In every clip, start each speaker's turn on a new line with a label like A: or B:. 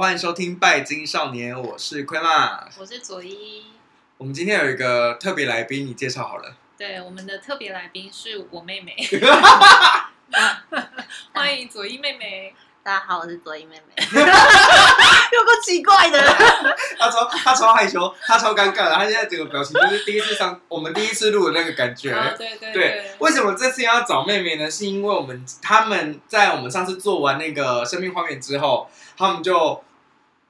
A: 欢迎收听《拜金少年》，我是亏嘛。
B: 我是佐伊。
A: 我们今天有一个特别来宾，你介绍好了。
B: 对，我们的特别来宾是我妹妹，欢迎佐伊妹妹。
C: 大家好，我是左一妹 妹， 有个奇怪的，
A: 他超他超害羞，他超尴尬的，他现在整个表情就是第一次上我们第一次录的那个感觉。
B: 啊，对对
A: 对，为什么这次要找妹妹呢？是因为我们他们在我们上次做完那个生命花园之后，他们就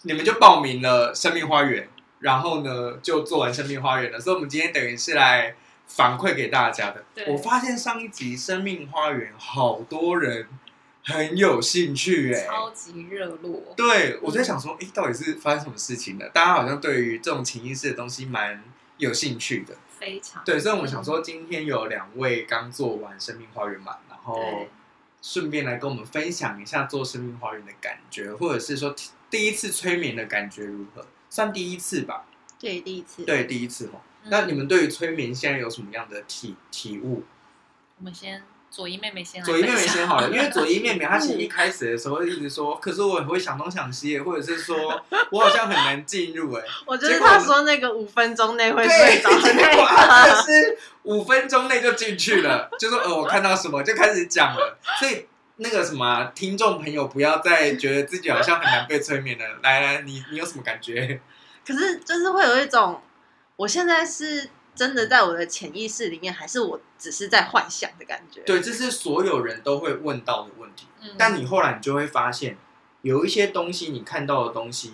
A: 你们就报名了生命花园，然后呢就做完生命花园了，所以我们今天等于是来反馈给大家的。
B: 对
A: 我发现上一集生命花园好多人很有兴趣哎、
B: 超级热络。
A: 对，我在想说，诶，到底是发生什么事情了？大家好像对于这种潜意识的东西蛮有兴趣的。
B: 非常
A: 对，所以我们想说，今天有两位刚做完生命花园嘛，然后
B: 对
A: 顺便来跟我们分享一下做生命花园的感觉，或者是说第第一次催眠的感觉如何？算第一次吧，
C: 对，第一次，，
A: 对，第一次哦。
B: 嗯
A: 那你们对于催眠现在有什么样的体体悟？
B: 我们先佐伊妹妹先来
A: 左
B: 分
A: 一
B: 享，
A: 妹妹先好了，因为左一妹妹她其实一开始的时候一直说，可是我很会想东想西耶，或者是说我好像很难进入哎。
C: 我就是他说那个五分钟内会
A: 对，
C: 睡着的那
A: 结果啊他
C: 个，
A: 真的是五分钟内就进去 了，就说呃我看到什么就开始讲了，所以那个什么啊听众朋友不要再觉得自己好像很难被催眠了。来来，你你有什么感觉？
C: 可是就是会有一种，我现在是真的在我的潜意识里面，还是我只是在幻想的感觉？，
A: 对，这是所有人都会问到的问题。
B: 嗯，
A: 但你后来你就会发现，有一些东西你看到的东西，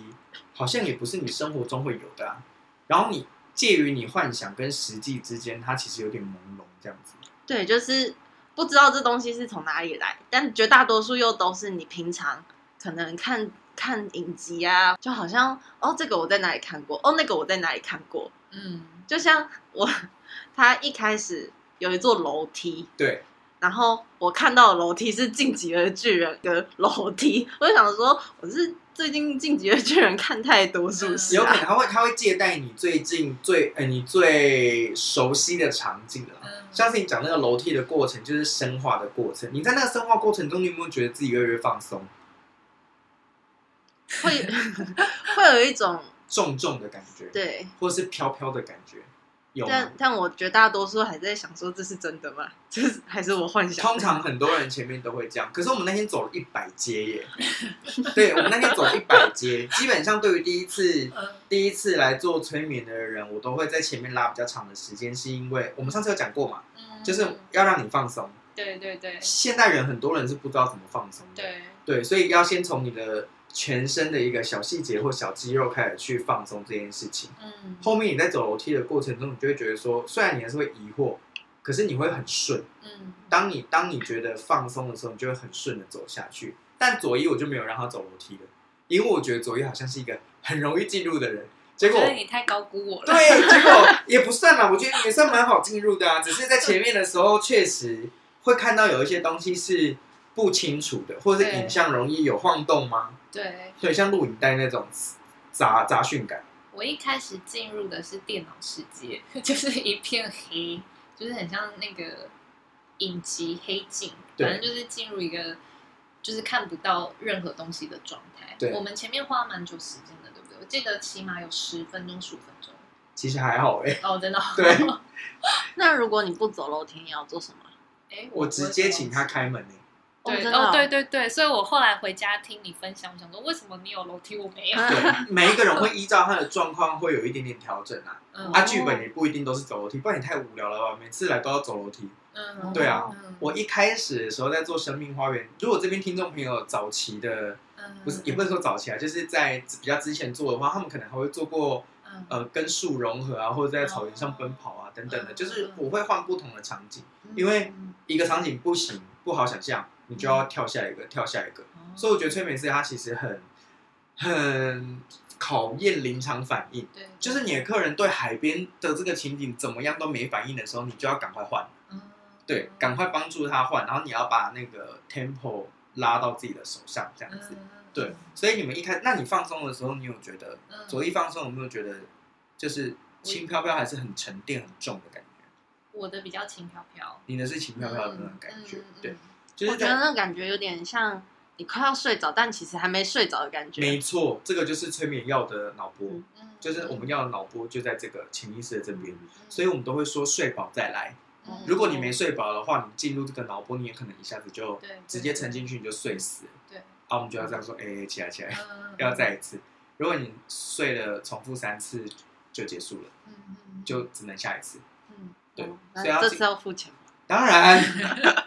A: 好像也不是你生活中会有的、啊。然后你介于你幻想跟实际之间，它其实有点朦胧这样子。
C: 对，就是不知道这东西是从哪里来，但绝大多数又都是你平常可能看看影集啊，就好像哦，这个我在哪里看过，哦，那个我在哪里看过，
B: 嗯，
C: 就像我， 他一开始有一座楼梯，
A: 对，
C: 然后我看到的楼梯是《进击的巨人》的楼梯，我就想说，我是最近《进击的巨人》看太多，是不是、
A: 有可
C: 啊？
A: 能他会他会借贷你最近最呃你最熟悉的场景啦。
B: 嗯
A: 上次你讲那个楼梯的过程，就是深化的过程。你在那个深化过程中，你有没有觉得自己越来越放松、
C: 会 会有一种
A: 重重的感觉，，
C: 对，
A: 或是飘飘的感觉，有吗
C: 但？但我绝大多数还在想说，这是真的吗？就是还是我幻想的？
A: 通常很多人前面都会这样，可是我们那天走了一百阶 耶，对我们那天走一百阶，基本上对于第一次
B: 嗯
A: 第一次来做催眠的人，我都会在前面拉比较长的时间，是因为我们上次有讲过嘛，
B: 嗯
A: 就是要让你放松。
B: 对对对
A: 现代人很多人是不知道怎么放松的，
B: 对，
A: 对所以要先从你的全身的一个小细节或小肌肉开始去放松这件事情。
B: 嗯，
A: 后面你在走楼梯的过程中，你就会觉得说，虽然你还是会疑惑，可是你会很顺。
B: 嗯
A: 当你当你觉得放松的时候，你就会很顺的走下去。但左一我就没有让他走楼梯了，因为我觉得左一好像是一个很容易进入的人。结果
B: 我觉得你太高估 我了，
A: 对，结果也不算嘛，我觉得也算蛮好进入的啊。只是在前面的时候，确实会看到有一些东西是不清楚的，或者是
B: 对
A: 影像容易有晃动吗？
B: 对
A: 对，像录影带那种杂杂讯感。
B: 我一开始进入的是电脑世界， 就是一片黑，就是很像那个影集黑镜，
A: 对
B: 反正就是进入一个就是看不到任何东西的状态
A: 对。
B: 我们前面花蛮久时间的，对不对？我记得起码有十分钟、十五分钟。
A: 其实还好哎、
B: 哦，真的、哦。
A: 对
C: 那如果你不走楼梯，你要做什么？
B: 哎，
A: 我直接请他。开门哎、
C: 哦
B: 对
C: 真的
B: 哦，
C: 哦
B: 对对对，所以我后来回家听你分享，我想说为什么你有楼梯我没
C: 啊
B: 有？
A: 对，每一个人会依照他的状况会有一点点调整啊。
B: 嗯
A: 啊，剧本也不一定都是走楼梯，不然也太无聊了吧？每次来都要走楼梯。
B: 嗯，
A: 对啊
B: 嗯，
A: 我一开始的时候在做生命花园，如果这边听众朋友早期的
B: 嗯
A: 不是，也不能说早期啊，就是在比较之前做的话，他们可能还会做过
B: 嗯
A: 呃跟树融合啊，或者在草原上奔跑啊等等的，
B: 嗯
A: 就是我会换不同的场景，因为
B: 嗯
A: 一个场景不行不好想象，你就要跳下一个跳下一个，
B: 哦
A: 所以我觉得催眠师他其实很很考验临场反应，
B: 对，对
A: 就是你的客人对海边的这个情景怎么样都没反应的时候，你就要赶快换，
B: 嗯
A: 对，赶快帮助他换，然后你要把那个 tempo 拉到自己的手上这样子。
B: 嗯
A: 对，所以你们一开，那你放松的时候，你有觉得
B: 嗯
A: 左一放松有没有觉得就是轻飘飘还是很沉淀很重的感觉？
B: 我的比较轻飘飘，
A: 你的是轻飘飘的那种感觉，
B: 嗯嗯嗯
A: 对
B: 嗯，
A: 就是
C: 我觉得
A: 在
C: 那感觉有点像你快要睡着，但其实还没睡着的感
A: 没
C: 觉。
A: 错，这个就是催眠药的脑波，
C: 嗯
B: 嗯
A: 就是我们要的脑波就在这个潜意识的这边，所
B: 以
A: 以我们都会说睡饱再来。
C: 嗯
A: 如果你没睡饱的话，你进入这个脑波，你也可能一下子就
B: 对
A: 直接沉进去，你就睡死了。
B: 对，
A: 啊，我们就要这样说，哎、起来起来，
B: 嗯
A: 要再一次。如果你睡了重复三次就结束了，
B: 嗯嗯嗯
A: 就只能下一次。
B: 嗯
A: 对
C: 哦
A: 所以要
C: 那这
A: 进
C: 次要付钱吗？
A: 当然，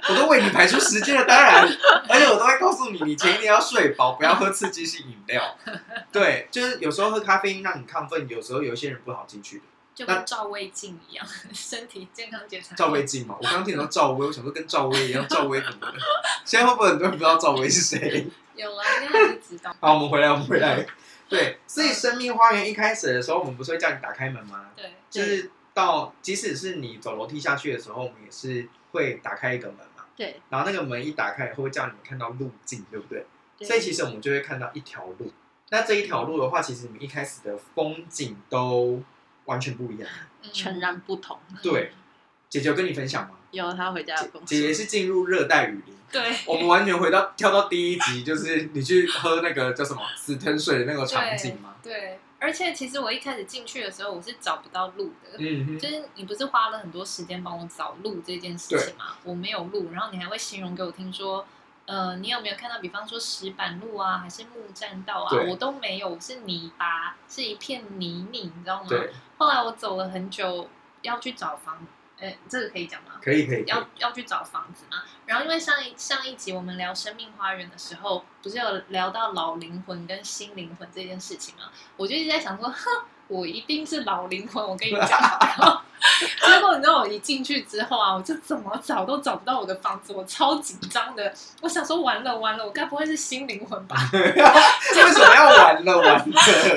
A: 我都为你排除时间了。当然，而且我都会告诉你，你前一天要睡饱，不要喝刺激性饮料。对，就是有时候喝咖啡因让你亢奋，有时候有一些人不好进去的。
B: 就
A: 那
B: 跟照胃镜一样， 身体健康检查
A: 赵薇镜嘛，我刚听到赵薇，我想说跟赵薇一样，赵薇怎么了？现在会不会很多人不知道赵薇是谁？
B: 有啊，应该还是知道。
A: 好，我们回来，我们回来。对，所以生命花园一开始的时候，我们不是会叫你打开门吗？
B: 对，
A: 就是到即使是你走楼梯下去的时候，我们也是会打开一个门嘛。
C: 对，
A: 然后那个门一打开，也会叫你们看到路径，对不对？
C: 对
A: 所以其实我们就会看到一条路。那这一条路的话，其实你们一开始的风景都完全不一样。
B: 嗯
C: 全然不同。
A: 对，姐姐有跟你分享吗？
C: 有他回
B: 啊
C: 家的公
A: 姐姐是进入热带雨林，
B: 对
A: 我们完全回到跳到第一集，就是你去喝那个叫什么死藤水的那个场景吗？
B: 对，而且其实我一开始进去的时候，我是找不到路的。
A: 嗯
B: 就
A: 哼，
B: 是你不是花了很多时间帮我找路这件事情吗？我没有路，然后你还会形容给我听说，呃，你有没有看到，比方说石板路啊，还是木栈道啊，
A: 对
B: 我都没有，是泥巴，是一片泥泞，你知道吗？
A: 对，
B: 后来我走了很久，要去找房，呃，这个可以讲吗？
A: 可以可以，可以
B: 要要去找房子嘛。然后因为上一上一集我们聊生命花园的时候，不是有聊到老灵魂跟新灵魂这件事情吗？我就一直在想说，哼，我一定是老灵魂，我跟你讲。然后结果你知道我一进去之后啊，我就怎么找都找不到我的房子，我超紧张的。我想说完了完了，我该不会是新灵魂吧？
A: 为什么要玩了玩了？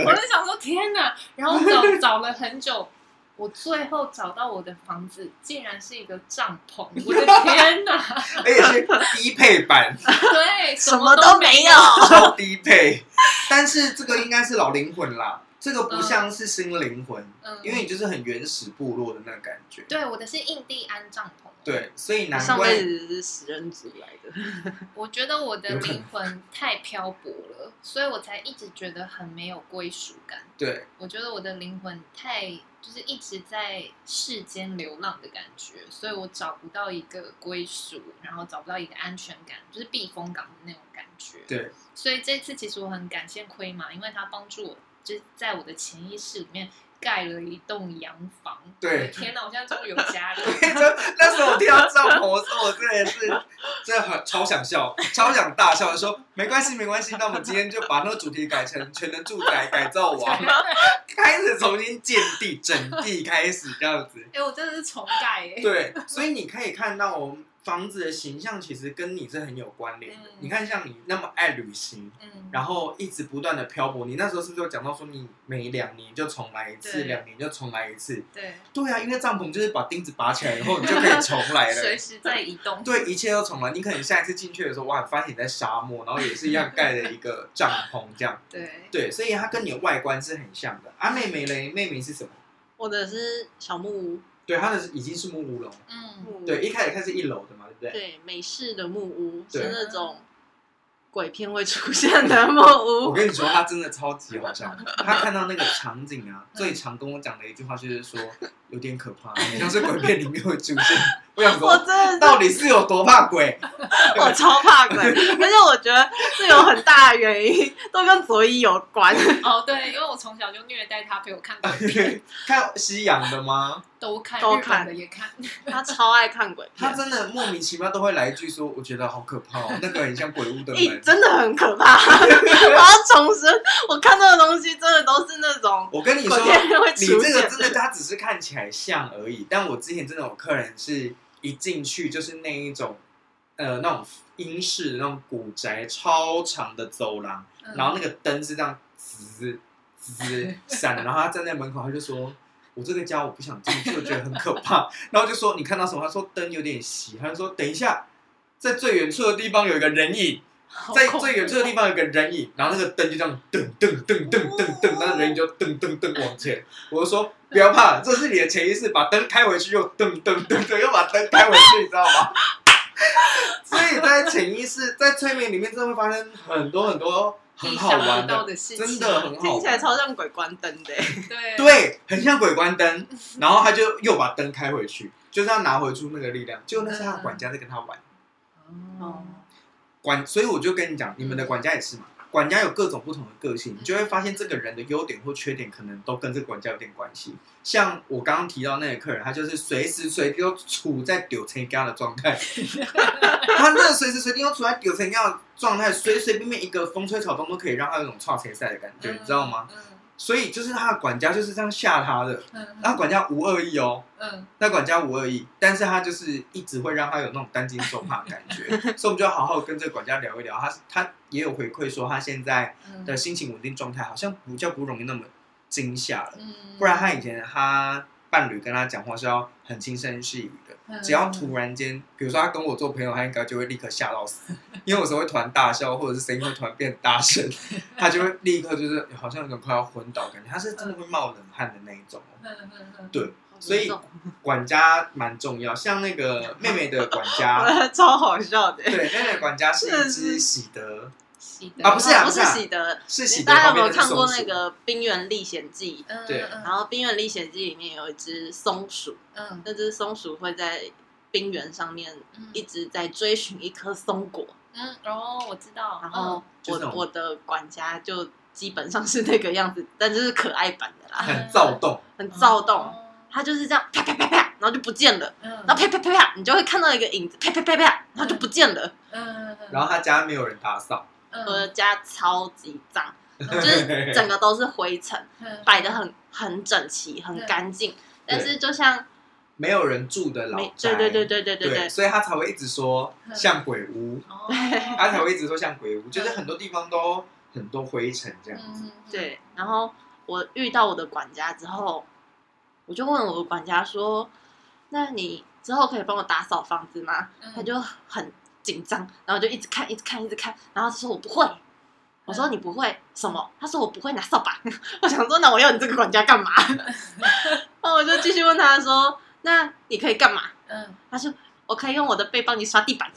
B: 我就想说天哪，然后找找了很久，我最后找到我的房子，竟然是一个帐篷，我的天哪！
A: 而且是低配 版，
B: 对，
C: 什
B: 么
C: 么都没有。
A: 超低配。但是这个应该是老灵魂啦，这个不像是新灵魂，
B: 嗯，
A: 因为你就是很原始部落的那个感觉。
B: 对我的是印第安帐篷，，
A: 对，所以难
C: 上
A: 怪
C: 辈子是食人族来的，
B: 我觉得我的
A: 有可能
B: 灵魂太漂泊了，所以我才一直觉得很没有归属感。
A: 对，
B: 我觉得我的灵魂太就是一直在世间流浪的感觉，所以我找不到一个归属，然后找不到一个安全感，就是避风港的那种感觉。
A: 对，
B: 所以这次其实我很感谢亏嘛，因为他帮助我，就是在我的潜意识里面盖了一栋洋房。
A: 对
B: 天哪，我现在终于有家了。
A: 就那时候我听到帐篷，我说我真的是， 真的很超想笑，超想大笑，说没关系没关系，那我们今天就把那个主题改成全能住宅改造 王，开始重新建地整地开始这样子。
B: 哎、我真的是重盖哎、
A: 对，所以你可以看到我们房子的形象其实跟你是很有关联的
B: 嗯。
A: 你看像你那么爱旅行。
B: 嗯，
A: 然后一直不断的漂泊，你那时候是不是有讲到说你每两年就重来一次，
B: 对
A: 两年就重来一次？
B: 对，
A: 对啊，因为帐篷就是把钉子拔起来以后，你就可以重来了。
B: 随时在移动。
A: 对，一切都重来。你可能下一次进去的时候，哇，发现你在沙漠，然后也是一样盖了一个帐篷这样。
B: 对，
A: 对，所以它跟你的外观是很像的。啊，妹妹嘞，妹妹是什么？
C: 或者是小木屋，
A: 对，它的已经是木屋了。哦
B: 嗯，
A: 对，，一开始它是一楼的嘛，对不对？
C: 对，美式的木屋
A: 对
C: 是那种鬼片会出现的木屋
A: 我。跟你说，他真的超级好笑。他看到那个场景啊，最常跟我讲的一句话就是说，有点可怕，很像是鬼片里面会出现。我想
C: 我
A: 说，
C: 真的是
A: 到底是有多怕鬼？
C: 我超怕鬼，而且我觉得是有很大的原因，都跟左一有关。
B: 哦对，因为我从小就虐待他陪我看鬼片，
A: 看西洋的吗？
B: 都看，
C: 都
B: 日
C: 看
B: 本的也看。
C: 他超爱看鬼
A: 他
C: 片，
A: 真的莫名其妙都会来一句说，我觉得好可怕哦，那个很像鬼屋的
C: 咦、
A: 门。
C: 真的很可怕。我要重申，我看到的东西真的都是那种
A: 我跟你
C: 鬼
A: 说，
C: 片会
A: 你
C: 出
A: 这
C: 现
A: 个真的，它只是看起来像而已。但我之前真的有客人是一进去就是那一种，呃，那种英式的那种古宅，超长的走廊，
B: 嗯
A: 然后那个灯是这样滋滋闪的，然后他站在门口，他就说。我这个家我不想进去，我觉得很可怕。 然后就说你看到什么？他说灯有点熄。他就说等一下，在最远处的地方有一个人影，
B: 好
A: 在
B: 恐怖哦
A: 最远处的地方有个人影，然后那个灯就这样噔噔噔噔
B: 哦
A: 噔噔，那个人影就噔噔噔往前。我就说不要怕，这是你的潜意识，把灯开回去又噔噔噔噔，又把灯开回去，你知道吗？ 所以在潜意识，在催眠里面，真的会发生很多很多很
B: 意
A: 好
B: 想
A: 玩
B: 不到
A: 的，
B: 的事情，
A: 真的很好
C: 听起来
A: 玩。
C: 超像鬼关灯的欸。
B: 对
A: 对，很像鬼关灯，然后他就又把灯开回去，就是要拿回出那个力量。结果那是他的管家在跟他玩
B: 哦，
C: 嗯
A: 管，所以我就跟你讲，你
B: 嗯
A: 们的管家也是嘛，管家有各种不同的个性，你就会发现这个人的优点或缺点可能都跟这个管家有点关系。像我刚刚提到那个客人，他就是随时随地都处在丢成家的状 态，他那随时随地都处在丢成家的状态，随随便便一个风吹草动都可以让他有种创谁赛的感觉，你知道吗？
B: 嗯
A: 所以就是他的管家就是这样吓他的，
B: 嗯
A: 那管家无恶意哦，
B: 嗯，
A: 那管家无恶意，但是他就是一直会让他有那种担惊受怕的感觉， 所以我们就要好好跟这个管家聊一聊。他他也有回馈说，他现在
B: 嗯
A: 的心情稳定状态好像比较不容易那么惊吓了，
B: 嗯，
A: 不然他以前他伴侣跟他讲话是要很轻声细语的，
B: 嗯
A: 只要突然间，比如说他跟我做朋友，他应该就会立刻吓到 死，因为有时候会突然大笑，或者是声音会突然变大声，他就会立刻就是好像有点快要昏倒的感觉，他是真的会冒冷汗的那一种哦。
B: 嗯嗯嗯
A: 所以管家蛮重要，像那 个妹妹的管家，
C: 超好笑的。
A: 对，妹妹的管家是
C: 真
A: 一
C: 的
A: 只
C: 是
A: 喜德，
B: 喜
A: 啊不是啊
C: 不
A: 不是啊
C: 喜德，
A: 是喜德
C: 大家
A: 旁
C: 有没
A: 边
C: 有
A: 的
C: 看过
A: 松
C: 那
A: 鼠？
C: 个《冰原历险记》？
B: 嗯
A: 对
B: 嗯
C: 然后《冰原历险记》里面有一只松鼠，
B: 嗯
C: 那只松鼠会在冰原上面
B: 嗯
C: 一直在追寻一颗松果，
B: 嗯哦，我知道，
C: 然后
A: 就
C: 我
A: 是那种
C: 我的管家就基本上是那个样子， 但就是可爱版的啦，
A: 很躁动，
C: 很
B: 嗯
C: 躁动。，它就是这样啪啪啪啪，然后就不见了，
B: 嗯，
C: 然后啪啪啪啪，你就会看到一个影子啪啪啪啪，然后就不见了。
B: 嗯，嗯
A: 然后他家没有人打扫，
C: 我的
B: 嗯
C: 家超级 脏，
B: 嗯
C: 就是整个都是灰尘，
B: 嗯
C: 呃摆的很很整齐，很干净。但是就像
A: 没有人住的老
C: 没
A: 宅，
C: 对对对
A: 对
C: 对对对对，
A: 所以他才会一直说
B: 嗯
A: 像鬼屋，
B: 哦
A: 他才会一直说像鬼
C: 嗯
A: 屋，就是很多地方都很多灰尘这样子，
B: 嗯
C: 对，然后我遇到我的管家之后，我就问我的管家说：“那你之后可以帮我打扫房子吗？”
B: 嗯
C: 他就很紧张，然后就一直看，一直看，一直看，然后他说：“我不会。”我说：“你不会什么？”他说：“我不会拿扫把。” 我想说：“那我要你这个管家干嘛？” 然后我就继续问他说：“那你可以干嘛
B: 嗯？”
C: 他说：“我可以用我的背帮你刷地板，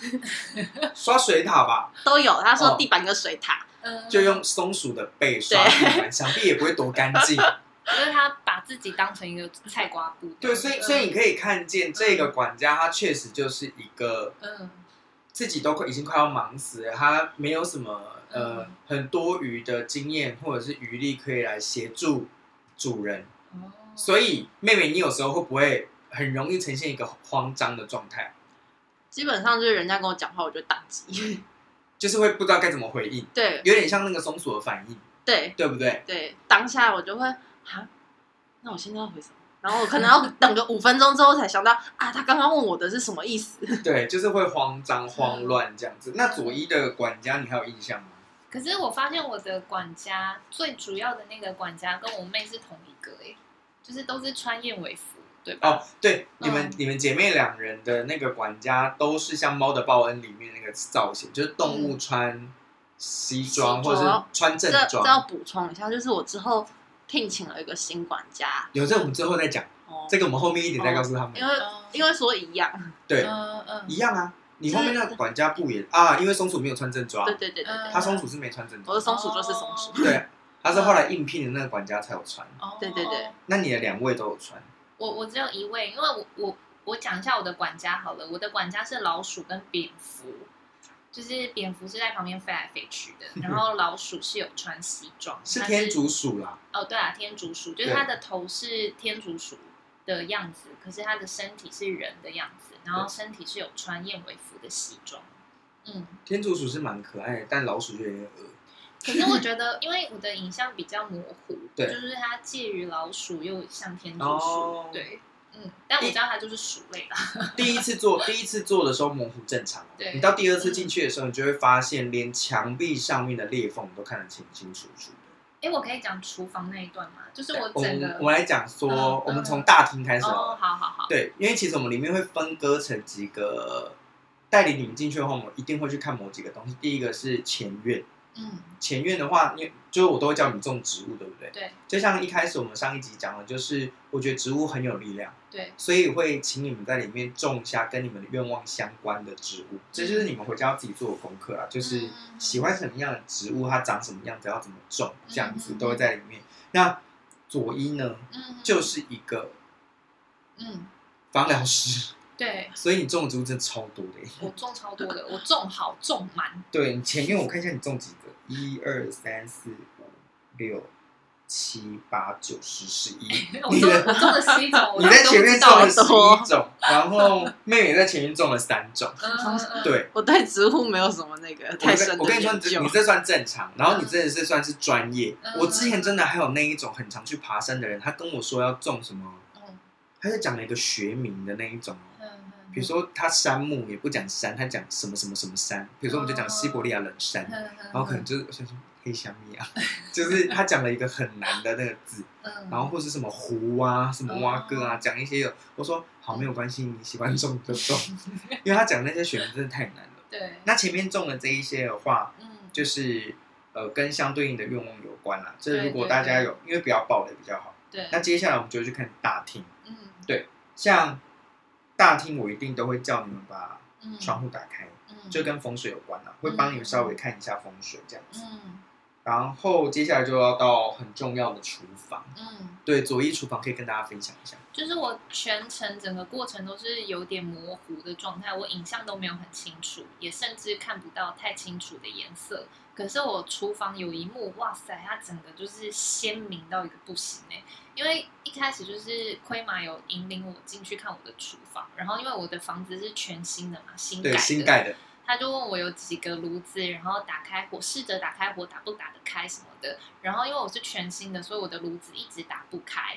A: 刷水塔吧，
C: 都有。”他说
A: 哦：“
C: 地板跟水塔，
B: 嗯，
A: 就用松鼠的背刷地板，想必也不会多干净。
B: 就是他把自己当成一个菜瓜布这
A: 对，
B: 样，嗯
A: 所以所以你可以看见这
C: 嗯
A: 个管家，他确实就是一个
B: 嗯
A: 自己都快已经快要忙死了，他没有什么呃
B: 嗯
A: 很多余的经验或者是余力可以来协助主人，
B: 哦，
A: 所以妹妹，你有时候会不会很容易呈现一个慌张的状态，
C: 基本上就是人家跟我讲话，我就宕机。
A: 就是会不知道该怎么回应，
C: 对，
A: 有点像那个松鼠的反应，
C: 对，
A: 对不 对？
C: 对，当下我就会啊，那我现在要回什么？然后我可 能要等个五分钟之后才想到啊，他刚刚问我的是什么意思？
A: 对，就是会慌张、
B: 嗯
A: 慌乱这样子。那佐伊的管家，你还有印象吗？
B: 可是我发现我的管家最主要的那个管家跟我妹是同一个诶，就是都是穿燕尾服，对吧？
A: 哦，对，你们、
B: 嗯
A: 你们姐妹两人的那个管家都是像《猫的报恩》里面那个造型，就是动物穿西装、
C: 嗯西装
A: 或者是穿正
C: 这这要
A: 装。
C: 补充一下，就是我之后聘请了一个新管家
A: 有这我们之后再讲，
C: 哦，
A: 这个我们后面一点再告诉他们。
C: 因为因为说一样，
A: 对，
B: 嗯嗯
A: 一样啊，你后面那个管家不也啊？因为松鼠没有穿正装
C: 对，对对对
B: 嗯
C: 对，
A: 他松鼠是没穿正
C: 我的
A: 装，
C: 松鼠就是松鼠，
A: 对，他是后来应聘的那个管家才有穿。
B: 哦
C: 对对对，
A: 那你的两位都有穿，
B: 我我只有一位，因为我我我讲一下我的管家好了，我的管家是老鼠跟蝙蝠，就是蝙蝠是在旁边飞来飞去的，然后老鼠是有穿西装，
A: 是
B: 它
A: 天竺鼠啦，
B: 哦，对啊，天竺鼠就是
A: 对
B: 它的头是天竺鼠的样子，可是它的身体是人的样子，然后
A: 对
B: 身体是有穿燕尾服的西装。嗯，
A: 天竺鼠是蛮可爱的，但老鼠就有点恶。
B: 可是我觉得，因为我的影像比较模糊，
A: 对
B: 就是它介于老鼠又像天竺鼠，
A: 哦
B: 对，嗯，但我知道它就是鼠类啦。
A: 第一次做，第一次做的时候模糊正常哦。
B: 对
A: 你到第二次进去的时候，你就会发现连墙壁上面的裂缝你都看得清清楚楚的。
B: 哎，我可以讲厨房那一段吗？就是我
A: 我
B: 整
A: 们
B: 个
A: 我们来讲说
B: 嗯，
A: 我们从大厅开始好
B: 哦，
A: 了。
B: 好好好，
A: 对，因为其实我们里面会分割成几个带领你们进去的话，我们一定会去看某几个东西。第一个是前院，
B: 嗯，
A: 前院的话，你就是我都会叫你种植物，对不对？
B: 对
A: 就像一开始我们上一集讲的，就是我觉得植物很有力量，
B: 对，
A: 所以会请你们在里面种下跟你们的愿望相关的植物。这就是你们回家要自己做的功课啦，就是
B: 嗯
A: 喜欢什么样的植物，它长什么样子，要怎么种，这样子
B: 嗯嗯嗯
A: 都会在里面。那佐伊呢，
B: 嗯，
A: 就是一个
B: 嗯，
A: 芳疗师，
B: 对
A: 所以你种的植物真的超多的耶。
B: 我种超多的，我种好种满，
A: 对，你前面我看一下你种几个，一二三四五六七八九十十一，
B: 我种我种了十一种， 我
A: 你在
B: 都
A: 前
B: 不
A: 面
B: 知
A: 种
B: 道
A: 了
B: 我
A: 十一种，然后妹妹在前面种了三种，
B: 嗯嗯嗯，
A: 对。
C: 我对植物没有什么那个太深
A: 我跟你
C: 的
A: 说，
C: 研
A: 你这
C: 究
A: 你。这算正常，然后你真的是算是专业。
B: 嗯
A: 我之前真的还有那一种很常去爬山的人，他跟我说要种什么，
B: 嗯
A: 他就讲了一个学名的那一种哦，
B: 嗯嗯，
A: 比如说他杉木也不讲山，他讲什么什么什么山，比如说我们就讲西伯利亚冷杉，
B: 嗯，嗯，
A: 然后可能就是我想说黑香蜜啊， 就是他讲了一个很难的那个字，
B: 嗯，
A: 然后或是什么湖啊、什么蛙哥
C: 嗯
A: 啊，讲一些有我说好没有关系，你喜欢种就种，因为他讲那些学名真的太难了。
B: 对，
A: 那前面种的这一些的话，
B: 嗯
A: 就是呃跟相对应的愿望有关啦。这
B: 对
A: 如果
B: 对
A: 大家
B: 对
A: 有，因为比较爆雷比较好。
B: 对，
A: 那接下来我们就去看大厅，
B: 嗯
A: 像大厅我一定都会叫你们把
B: 嗯
A: 窗户打开，
B: 嗯
A: 就跟风水有关啦，会帮你们稍微看一下风水这样子。
B: 嗯
A: 然后接下来就要到很重要的厨房，
B: 嗯，
A: 对，左一厨房可以跟大家分享一下。
B: 就是我全程整个过程都是有点模糊的状态，我影像都没有很清楚，也甚至看不到太清楚的颜色。可是我厨房有一幕，哇塞，它整个就是鲜明到一个不行哎、因为一开始就是盔马有引领我进去看我的厨房，然后因为我的房子是全新的嘛，新
A: 对，
B: 改
A: 新
B: 的，
A: 盖的，
B: 他就问我有几个炉子，然后打开火，试着打开火打不打得开什么的。然后因为我是全新的，所以我的炉子一直打不开。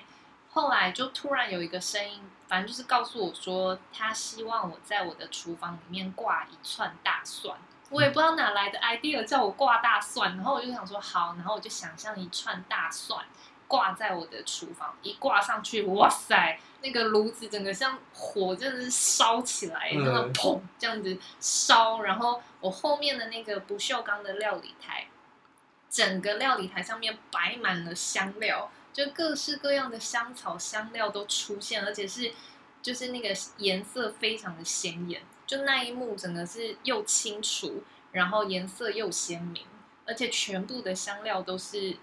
B: 后来就突然有一个声音，反正就是告诉我说，他希望我在我的厨房里面挂一串大蒜。我也不知道哪来的 idea 叫我挂大蒜，然后我就想说好，然后我就想象一串大蒜挂在我的厨房，一挂上去，哇塞，那个炉子整个像火，真的是烧起来，
A: 嗯
B: 那个砰这样子烧，然后我后面的那个不锈钢的料理台，整个料理台上面摆满了香料，就各式各样的香草香料都出现，而且是就是那个颜色非常的鲜艳，就那一幕整个是又清楚，然后颜色又鲜明，而且全部的香料都是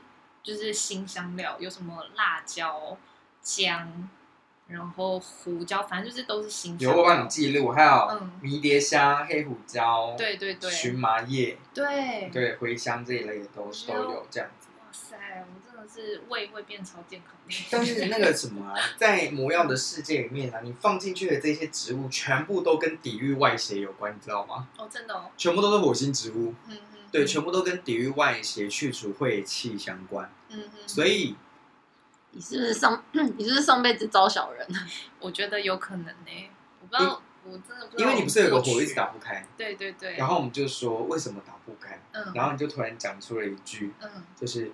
B: 就是新香料，有什么辣椒、姜，然后胡椒，反正就是都是新香
A: 有
B: 料。
A: 我帮你记录，还有
B: 嗯，
A: 迷迭香、黑胡椒，
B: 对对对
A: 荨麻叶，
B: 对。
A: 对，茴香这一类的都
B: 有
A: 都有这样子。
B: 哇塞，我真的是胃会变超健康的。
A: 但是那个什么啊，在魔药的世界里面啊，你放进去的这些植物全部都跟抵御外邪有关，你知道吗？
B: 哦，真的哦，
A: 全部都是火星植物，
B: 嗯嗯，
A: 对，
B: 嗯
A: 全部都跟抵御外邪、去除晦气相关。
B: 嗯嗯，
A: 所以
C: 你是不是上 你是不是上辈子招小人？
B: 我觉得有可能呢、我不知道，我真的不知道。
A: 因为你不是有个火一直？打不开，
B: 对对对。
A: 然后我们就说为什么打不开，
B: 嗯，
A: 然后你就突然讲出了一句，
B: 嗯，
A: 就是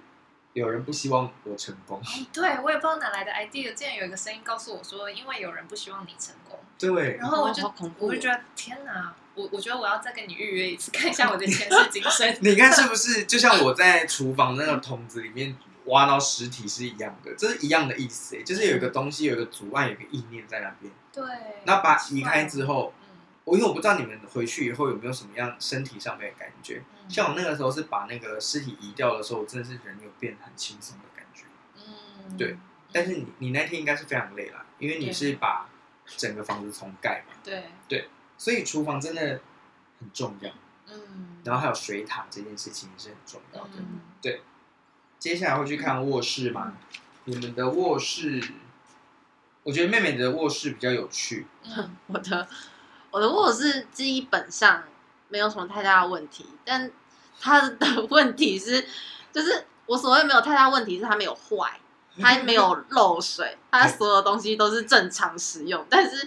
A: 有人不希望我成功。
B: 对我也不知道哪来的 idea，竟然有一个声音告诉我说，因为有人不希望你成功，
A: 对，
B: 然后我就、
C: 哦好恐怖哦
B: 我就觉得天哪，我我觉得我要再跟你预约一次，看一下我的前世今生
A: 。你看是不是就像我在厨房那个桶子里面挖到尸体是一样的，这是一样的意思、欸，就是有一个东西，有一个阻碍，有一个意念在那边。
B: 对，
A: 那把它移开之后，
B: 嗯
A: 我因为我不知道你们回去以后有没有什么样身体上面的感觉。
B: 嗯，
A: 像我那个时候是把那个尸体移掉的时候，我真的是人有变很轻松的感觉。
B: 嗯，
A: 对
B: 嗯，
A: 但是你你那天应该是非常累啦，因为你
B: 对
A: 是把整个房子重盖嘛，
B: 对，
A: 所以厨房真的很重要。
B: 嗯，
A: 然后还有水塔这件事情也是很重要的。
B: 嗯
A: 接下来会去看卧室吗？你们的卧室，我觉得妹妹的卧室比较有趣。
B: 嗯
C: 我的我的卧室基本上没有什么太大的问题，但它的 问题是，就是我所谓没有太大问题是它没有坏，它没有漏水，它所有东西都是正常使用，但是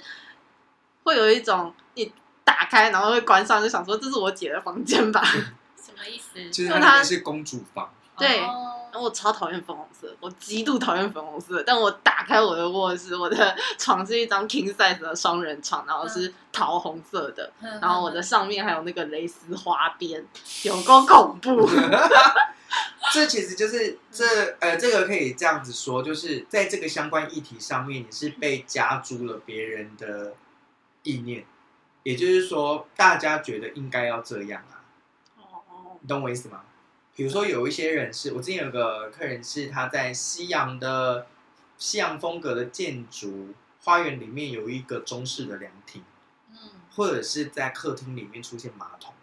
C: 会有一种你打开然后会关上，就想说这是我姐的房间吧。
B: 什么意思？
A: 就是
C: 那
A: 它那
C: 它
A: 边是公主房，
C: 对
B: 哦
C: 然后我超讨厌粉红色，我极度讨厌粉红色。但我打开我的卧室，我的床是一张 king size 的双人床，然后是桃红色的，然后我的上面还有那个蕾丝花边，有够恐怖。
A: 嗯这其实就是这呃，这个可以这样子说，就是在这个相关议题上面，你是被加诸了别人的意念，也就是说，大家觉得应该要这样啊，
C: 哦，
A: 你懂我意思吗？比如说有一些人是我之前有个客人是他在西洋的西洋风格的建筑花园里面有一个中式的凉亭，
B: 嗯，
A: 或者是在客厅里面出现马桶。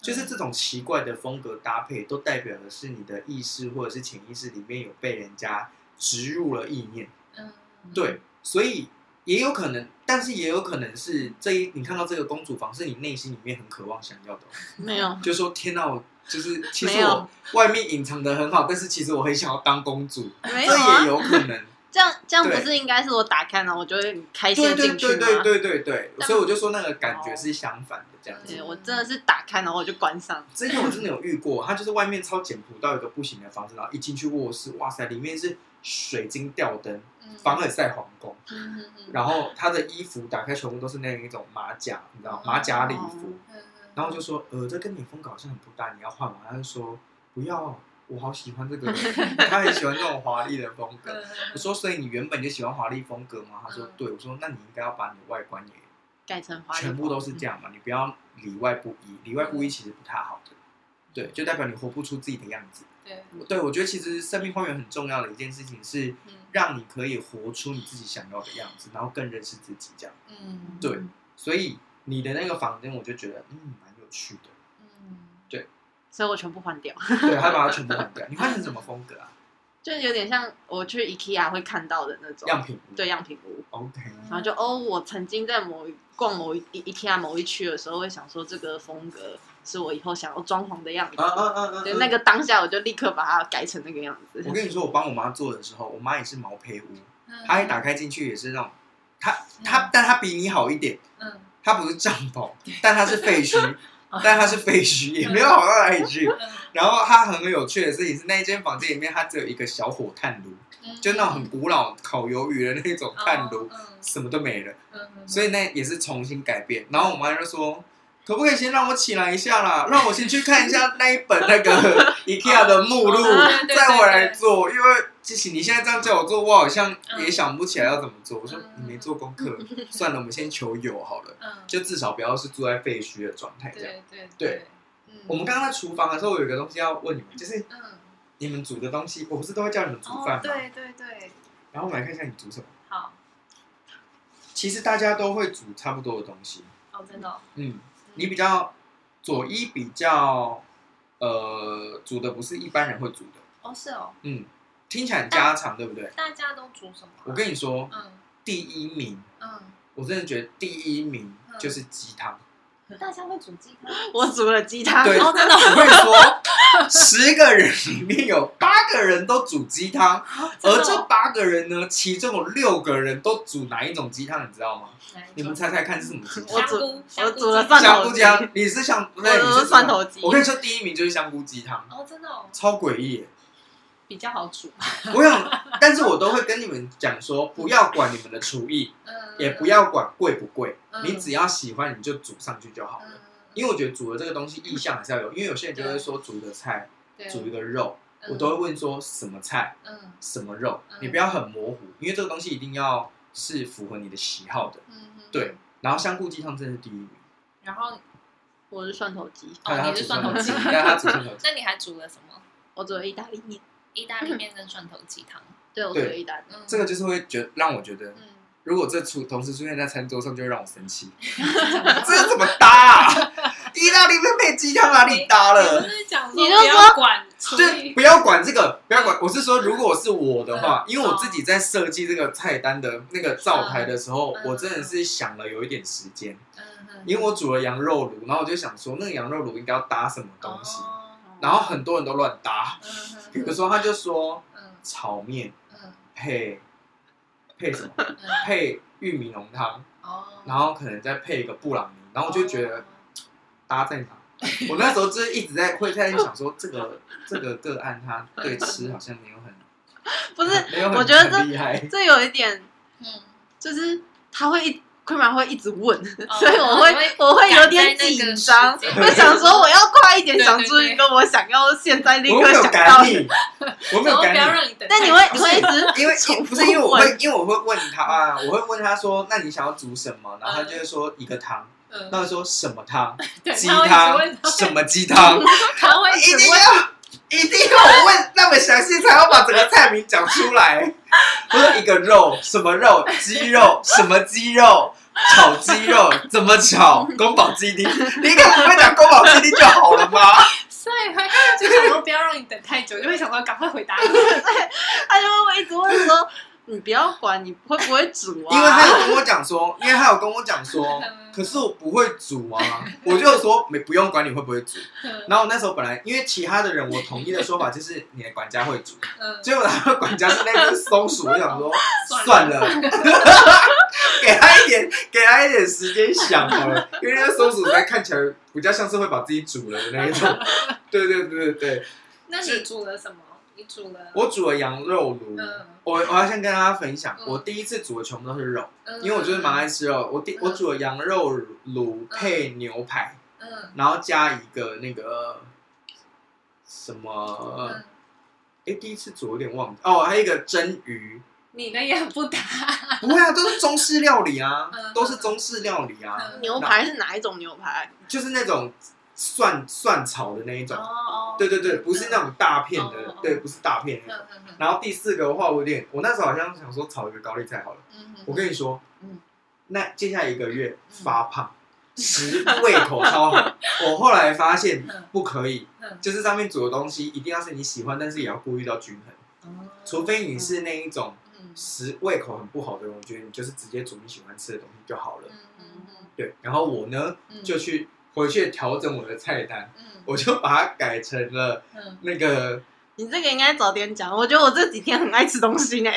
A: 就是这种奇怪的风格搭配，都代表的是你的意识或者是潜意识里面有被人家植入了意念。
B: 嗯，
A: 对，所以也有可能，但是也有可能是这一你看到这个公主房是你内心里面很渴望想要的， 哦
C: 没有，
A: 就说天哪，我就是其
C: 没
A: 实
C: 有
A: 我外面隐藏的很好，但是其实我很想要当公主，
C: 没有
A: 这也
C: 啊。
A: 有可能。
C: 这样这样不
A: 对
C: 是应该是我打开然后我就会很开心
A: 对
C: 地
A: 对
C: 进去
A: 对
C: 吗？
A: 对对对对，
B: 但
A: 所以我就说那个感觉是相反的这样子。
C: 对我真的是打开然后我就关上。
A: 之前我真的有遇过，它就是外面超简朴到一个不行的房子，然后一进去卧室，哇塞，里面是水晶吊灯，
B: 嗯
A: 凡尔赛皇宫，
B: 嗯嗯嗯
A: 然后他的衣服打开全部都是那一种马甲，你知道吗马甲礼服，
B: 嗯嗯
A: 然后我就说，呃，这跟你风格好像很不搭，你要换吗？他就说不要，我好喜欢这个， 他很喜欢这种华丽的风格。
B: 嗯
A: 我说，所以你原本就喜欢华丽风格吗？他说
B: 嗯，
A: 对。我说，那你应该要把你的外观也
C: 改成花
A: 全部都是这
C: 样。
A: 样嘛，你不要里外不一，里外
B: 嗯
A: 不一其实不太好的，对，就代表你活不出自己的样子。
B: 对，
A: 对，我觉得其实生命花园很重要的一件事情是
B: 嗯
A: 让你可以活出你自己想要的样子，然后更认识自己这样。
B: 嗯
A: 对所以你的那个房间，我就觉得嗯蛮有趣的，
B: 嗯
C: 所以我全部换掉，
A: 对，他把它全部换掉。你换成什么风格啊？
C: 就有点像我去 IKEA 会看到的那种
A: 样品屋
C: 对样品屋。
A: ，OK，
C: 然后就哦，我曾经在某一逛某一 IKEA 某一区的时候，会想说这个风格是我以后想要装潢的样子。
A: 啊啊啊啊！
C: 对，那
A: 个，
C: 个当下我就立刻把它改成那个样子。
A: 我跟你说，我帮我妈做的时候，我妈也是毛坯屋，
B: 嗯
A: 她一打开进去也是那种，她
C: 嗯
A: 她但她比你好一点。
B: 嗯
A: 它不是帐篷，但它是废墟，
C: 哦
A: 但它是废墟，也没有好到哪里
C: 嗯
A: 去。
B: 嗯
A: 然后它很有趣的事情是，那一间房间里面它只有一个小火炭炉，
B: 嗯
A: 就那种很古老烤鱿鱼的那种炭炉，
C: 哦
B: 嗯
A: 什么都没了。
B: 嗯嗯
A: 所以那也是重新改变。然后我妈就说。可不可以先让我起来一下啦？让我先去看一下那一本那 个 IKEA 的目录
B: 哦对对，对
A: 再我来做。因为其实你现在这样叫我做，我好像也
B: 嗯
A: 想不起来要怎么做。我说
B: 嗯
A: 你没做功 课，算了，我们先求有好了。
B: 嗯
A: 就至少不要是住在废墟的状态这样。
B: 对对
A: 对，
B: 嗯
A: 我们刚刚在厨房的时候，我有一个东西要问你们，就是
B: 嗯
A: 你们煮的东西，我不是都会叫你们煮
B: 哦
A: 饭吗？
B: 对对对
A: 然后我们来看一下你煮什么。
B: 好
A: 其实大家都会煮差不多的东西。
B: 哦真的哦
A: 嗯，你比较呃左一比较呃煮的不是一般人会煮的。
B: 哦是哦
A: 嗯，听起来很家常，对不对？
B: 大家都煮什么啊
A: 我跟你说，
B: 嗯
A: 第一名，
B: 嗯
A: 我真的觉得第一名
C: 嗯
A: 就是鸡汤。
B: 大家会煮鸡汤
A: 哦
C: 我煮了鸡汤，
A: 对
C: 然啊哦后真的
A: 我跟你说，十个人里面有八个人都煮鸡汤。而
B: 真的
A: 这
B: 哦
A: 八个人呢，其中有六个人都煮哪一种鸡汤，你知道吗？
B: 哪一种
A: 你们猜猜看是什么鸡
C: 我
A: 汤？
C: 煮
B: 香菇香
C: 嗯我
B: 菇
C: 煮了
B: 鸡
C: 蒜
A: 香
C: 头
A: 菇
C: 鸡，
A: 汤，你是香，
C: 我
A: 对，你
C: 是
A: 是
C: 蒜。头鸡。
A: 我跟你说，第一名就是香菇鸡汤，
B: 哦真的哦
A: 超诡异耶。
B: 比较好煮
C: 啊
A: 我想，但是我都会跟你们讲说，不要管你们的厨艺，
B: 嗯
A: 也不要管贵不贵，
B: 嗯
A: 你只要喜欢你就煮上去就好
B: 嗯
A: 了。因为我觉得煮的这个东西意向还是要有，因为有些人就会说煮一个菜，
B: 对
A: 煮一个肉，
B: 嗯
A: 我都会问说什么菜，
B: 嗯
A: 什么肉
B: 嗯，
A: 你不要很模糊，因为这个东西一定要是符合你的喜好的。
B: 嗯嗯
A: 对然后香菇鸡汤真的是第一名，
B: 然后
C: 我是蒜头鸡，
B: 哦
A: 看他
B: 你是
A: 煮蒜
B: 蒜头
A: 鸡，
B: 鸡
A: 看他煮蒜 头鸡。
B: 那你还煮了什么
C: 我煮了意大利面。
B: 意大利面跟蒜头鸡汤
C: 对，我煮
A: 对
C: 了意大利面。
B: 嗯
A: 这个就是会觉让我觉得，
B: 嗯
A: 如果这出同时出现在餐桌上，就会让我生气。这怎么搭、啊？意大利面配鸡汤哪里搭
B: 你
A: 了？
B: 不是讲
C: 你就
B: 不要管嗯厨
A: 就
B: 艺
A: 不要管这个，不要管。我是说，如果是我的话，因为我
B: 哦
A: 自己在设计这个菜单的那个灶台的时候，
B: 嗯
A: 我真的是想了有一点时间，
B: 嗯嗯
A: 因为我煮了羊肉炉，然后我就想说，那个羊肉炉应该要搭什么东西？
B: 哦
A: 然后很多人都乱搭，比如说他就说
B: 嗯
A: 炒面
B: 嗯
A: 配配什么？
B: 嗯嗯
A: 配玉米浓汤，
B: 哦，
A: 然后可能再配一个布朗尼，然后我就觉得搭在哪？我那时候就是一直在会在想说，这个 这个个案他对吃好像没有很，
C: 不是，
A: 没有很
C: 我觉得这
A: 很厉害，
C: 这有一点
B: 嗯，
C: 就是他会一。困扰会一直问，
B: 哦
C: 所以我会
B: 然后你会
C: 我会有点
B: 赶在那个
C: 紧张，
B: 时间
C: 会想说我要快一点
B: 对对
C: 想出一个我想要现在立
A: 我
C: 刻
A: 没有
C: 想到
A: 赶
C: 的。
A: 你，我没
B: 怎
A: 有
B: 么不
A: 赶
B: 要
A: 你。
B: 让你等太久？
C: 但你会你会一直
A: 因为
C: 重复
A: 不是因为我
C: 问
A: 会，因为我会问他啊，我会问他说，那你想要煮什么？然后他就会说一个汤，
B: 嗯，
A: 那我说什么 汤？
B: 对
A: 鸡
B: 他会一直
A: 汤
B: 问，
A: 什么鸡汤？
B: 他会
A: 一
B: 一直
A: 定
B: 问，
A: 要一定要问那么详细，才要把整个菜名讲出 来。我说一个肉，什么肉？鸡肉，什么鸡肉？炒鸡肉怎么炒？宫保鸡 丁，你一开始会讲宫保鸡丁就好了吗？
B: 所以会就想说不要让你等太久，就会想说赶快回答你。
C: 他就会一直问说：“你不要管你会不会煮啊？”
A: 因为他有跟我讲说，因为他有跟我讲 说， 可是我不会煮啊，我就说没不用管你会不会煮。
B: 嗯
A: 然后我那时候本来因为其他的人，我统一的说法就是你的管家会煮，
B: 嗯，
A: 结果他的管家是那只松鼠，我想说 算
B: 算
A: 了，给他一点，给他一点时间想好了，因为那个松鼠才看起来比较像是会把自己煮了的那一 种。对对对对对，
B: 那你煮了什么？你煮了
A: 我煮了羊肉炉，
B: 嗯
A: 我我要先跟大家分享，
B: 嗯
A: 我第一次煮的全部都是肉，
B: 嗯，
A: 因为我就是蛮爱吃肉。我第
B: 嗯
A: 我煮了羊肉炉配牛排，
B: 嗯
A: 然后加一个那个什么，
B: 嗯，
A: 哎，第一次煮有点忘记哦，还有一个蒸鱼，
B: 你的也不答，
A: 不会啊，都是中式料理啊
B: 嗯，
A: 都是中式料理啊。
B: 嗯
C: 牛排是哪一种牛排？
A: 就是那种蒜蒜炒的那一种，
B: 哦，
A: 对对对，不是那种大片的，
B: 哦哦
A: 对，不是大片的。
B: 嗯嗯嗯
A: 然后第四个的话，我有点，我那时候好像想说炒一个高丽菜好了。
B: 嗯嗯，
A: 我跟你说，
B: 嗯
A: 那接下来一个月发胖，食胃口超 好。我后来发现
B: 嗯
A: 不可以，
B: 嗯
A: 就是上面煮的东西一定要是你喜欢，但是也要顾虑到均衡，
B: 哦
A: 除非你是那一种
B: 嗯
A: 食胃口很不好的人，我觉得你就是直接煮你喜欢吃的东西就好了
B: 嗯。嗯嗯
A: 对，然后我呢
B: 嗯，
A: 就去回去调整我的菜单。
B: 嗯
A: 我就把它改成了
B: 嗯
A: 那个。
C: 你这个应该早点讲。我觉得我这几天很爱吃东西呢。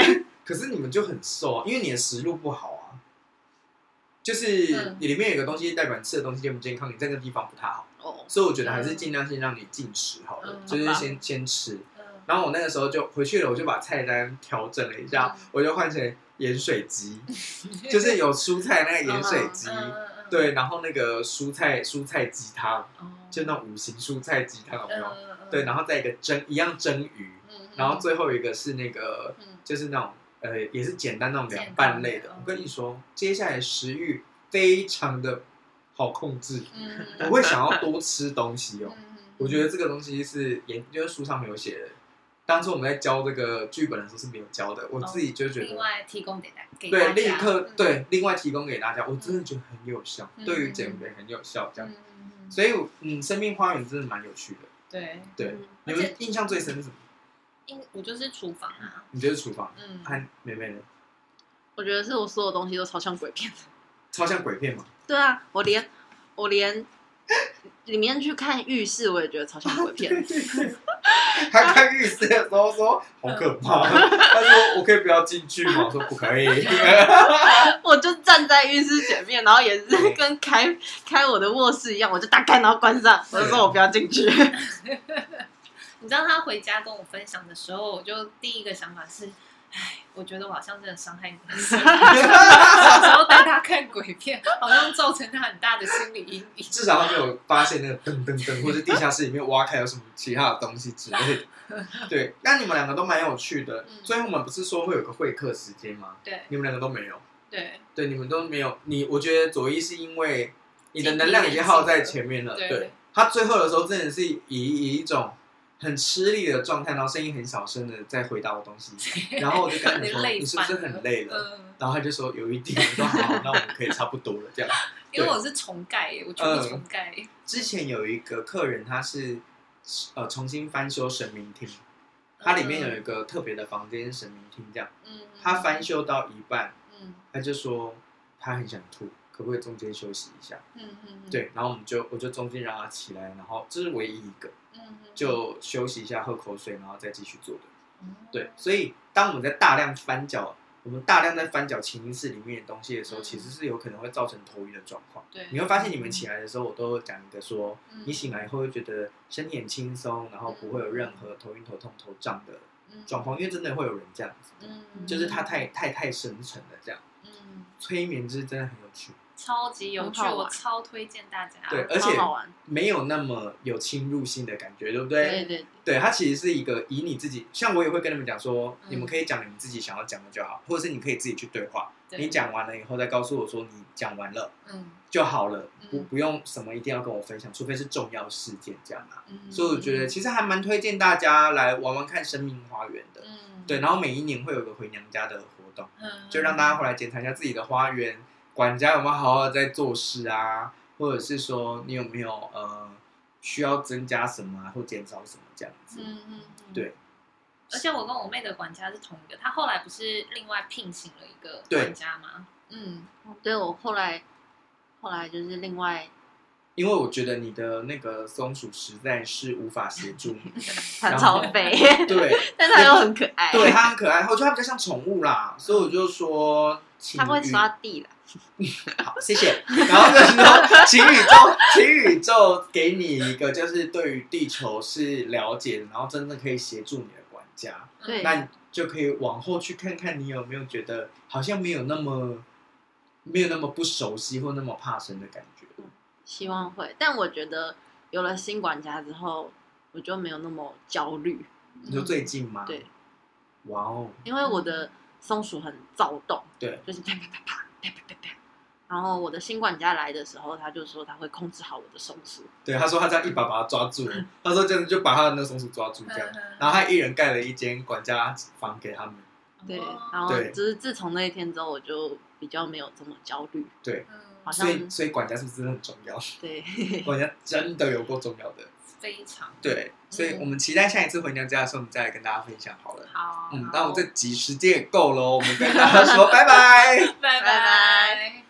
A: 可是你们就很瘦啊，因为你的食路不好啊。就是
B: 嗯
A: 你里面有个东西代表你吃的东西健不健康，你这个地方不太好，
C: 哦，
A: 所以我觉得还是尽量先让你进食好了，
B: 嗯
A: 就是
C: 好吧
A: 先先吃。
B: 嗯
A: 然后我那个时候就回去了，我就把菜单调整了一下，
B: 嗯
A: 我就换成盐水鸡，就是有蔬菜那个盐水鸡，
B: 嗯嗯嗯
A: 对，然后那个蔬菜蔬菜鸡汤，
B: 哦
A: 就那种五行蔬菜鸡汤有没
B: 嗯
A: 有？
B: 嗯嗯
A: 对，然后再一个蒸一样蒸鱼，
B: 嗯
A: 然后最后一个是那个
B: 嗯
A: 就是那种呃，也是简单那种凉
B: 简单
A: 拌类的
B: 的。
A: 我跟你说，接下来食欲非常的好控制，
B: 嗯
A: 不会想要多吃东西哦。
B: 嗯
A: 我觉得这个东西是研，就是书上没有写的。当初我们在教这个剧本的时候是没有教的，我自己就觉
B: 另
A: 得，
B: 哦外提供给大给大
A: 对，
B: 家
A: 立刻
B: 嗯
A: 对，另外提供给大家，我真的觉得很有效，
B: 嗯
A: 对于减肥很有效，这样。
B: 嗯嗯嗯
A: 所以我，嗯，生命花园真的蛮有趣的。
B: 对，
A: 对，
C: 嗯
A: 你们印象最深是什么？
B: 因我就是厨房啊，
A: 你觉得厨房？
B: 嗯，
A: 潘妹妹呢？
C: 我觉得是我所有东西都超像鬼片的。
A: 超像鬼片吗？
C: 对啊，我连 我连里面去看浴室，我也觉得超像鬼 片。
A: 他看浴室的时候说好可怕，他说我可以不要进去吗？我说不可以。
C: 我就站在浴室前面，然后也是跟开开我的卧室一样，我就打开然后关上，我就
A: 啊
C: 说我不要进去。
B: 你知道他回家跟我分享的时候，我就第一个想法是，哎，我觉得我好像真的伤害你了， 小时候带他看鬼片，好像造成他很大的心理阴影。
A: 至少他没有发现那个噔噔噔，或是地下室里面挖开有什么其他的东西之类的。对，那你们两个都蛮有趣的
B: 嗯。
A: 所以我们不是说会有个会客时间吗？
B: 对
A: 你们两个都没有。
B: 对
A: 对，你们都没有。你我觉得佐伊是因为你的能量已经耗在前面了。
B: 对
A: 对，他最后的时候真的是以以一种很吃力的状态，然后声音很小声的在回答我东西。 然后我就跟他
B: 你
A: 说：“
B: 累
A: 你是不是
B: 翻
A: 很累了？”
B: 嗯，
A: 然后他就说：“有一点。”我说：“好，那我们可以差不多了。”这 样。
B: 因为我是重盖耶，我全
A: 嗯
B: 部重盖耶。
A: 之前有一个客人，他是呃重新翻修神明厅，它里面有一个特别的房间神明厅，这样
B: 嗯，嗯
A: 他翻，修到一半，
B: 嗯
A: 他就说他很想吐，可不可以中间休息一下？
B: 嗯嗯，
A: 对，然后我们就我就中间让他起来，然后这是唯一一个
B: 嗯，嗯嗯
A: 就休息一下，喝口水，然后再继续做的。
B: 嗯
A: 对，所以当我们在大量翻搅我们大量在翻搅潜意识里面的东西的时候，其实是有可能会造成头晕的状况。
B: 对，
A: 你会发现，你们起来的时候，我都会讲一个说，
B: 嗯
A: 你醒来以后会觉得身体很轻松，然后不会有任何头晕、头痛、头胀的状况，因为真的会有人这样子，
B: 嗯，
A: 就是他太太太深沉了这样。
B: 嗯，
A: 催眠就是真的很有趣，
B: 超级有趣，
C: 很好玩
B: 我超推荐大家。
A: 对，而且
C: 超好玩，
A: 没有那么有侵入性的感觉，对不对？
C: 对对，
A: 对，它其实是一个以你自己，像我也会跟你们讲说，
B: 嗯
A: 你们可以讲你们自己想要讲的就好，或者是你可以自己去对话。
B: 对
A: 你，讲完了以后再告诉我说你讲完了
B: 嗯
A: 就好了，不
B: 嗯
A: 不用什么一定要跟我分享，除非是重要事件这样啊。
B: 嗯，
A: 所以我觉得其实还蛮推荐大家来玩玩看生命花园的。
B: 嗯，
A: 对，然后每一年会有一个回娘家的活动，
B: 嗯，
A: 就让大家回来检查一下自己的花园，管家有没有好好在做事啊，或者是说你有没有呃需要增加什么、啊、或减少什么这样子。
B: 嗯嗯嗯，
A: 对。
B: 而且我跟我妹的管家是同一个，她后来不是另外聘请了一个
A: 对
B: 管家吗？嗯，
C: 对我后来后来就是另外
A: 因为我觉得你的那个松鼠实在是无法协助你，
C: 他
A: 然
C: 超
A: 后
C: 肥，
A: 对，
C: 但他又很可爱，
A: 对，它很可爱，我觉得它比较像宠物啦，所以我就说，请
C: 他会
A: 与
C: 刷地啦，
A: 好，谢谢。然后就是说，请宇宙，请宇宙给你一个就是对于地球是了解的，然后真的可以协助你的管家，
B: 嗯
C: 对
A: 那你就可以往后去看看你有没有觉得好像没有那么没有那么不熟悉或那么怕生的感觉。
C: 希望会。但我觉得有了新管家之后，我就没有那么焦虑，
A: 你说最近吗？
C: 嗯对。
A: 哇哦，
C: 因为我的松鼠很躁动，
A: 对，
C: 就是啪啪啪啪啪啪啪啪。然后我的新管家来的时候，他就说他会控制好我的松鼠，
A: 对，他说他这样一把把他抓住，
C: 嗯
A: 他说这样就把他的那个松鼠抓住这样，然
B: 然
A: 后他一人盖了一间管家房给他们。
C: 对，
B: 哦
C: 然后
A: 对
C: 就是自从那一天之后，我就比较没有这么焦虑，
B: 嗯
C: 好
A: 所以，
C: 像
A: 所以管家是不是真的很重 要？
C: 对，
A: 管家真的有够重要的。
B: 非常
C: 嗯
A: 对，所以我们期待下一次回娘家的时候，我们再来跟大家分享好了。嗯
B: 好。
A: 嗯，那我们这集时间也够了哦，我们跟大家说拜拜。
B: 拜
C: 拜
B: 拜。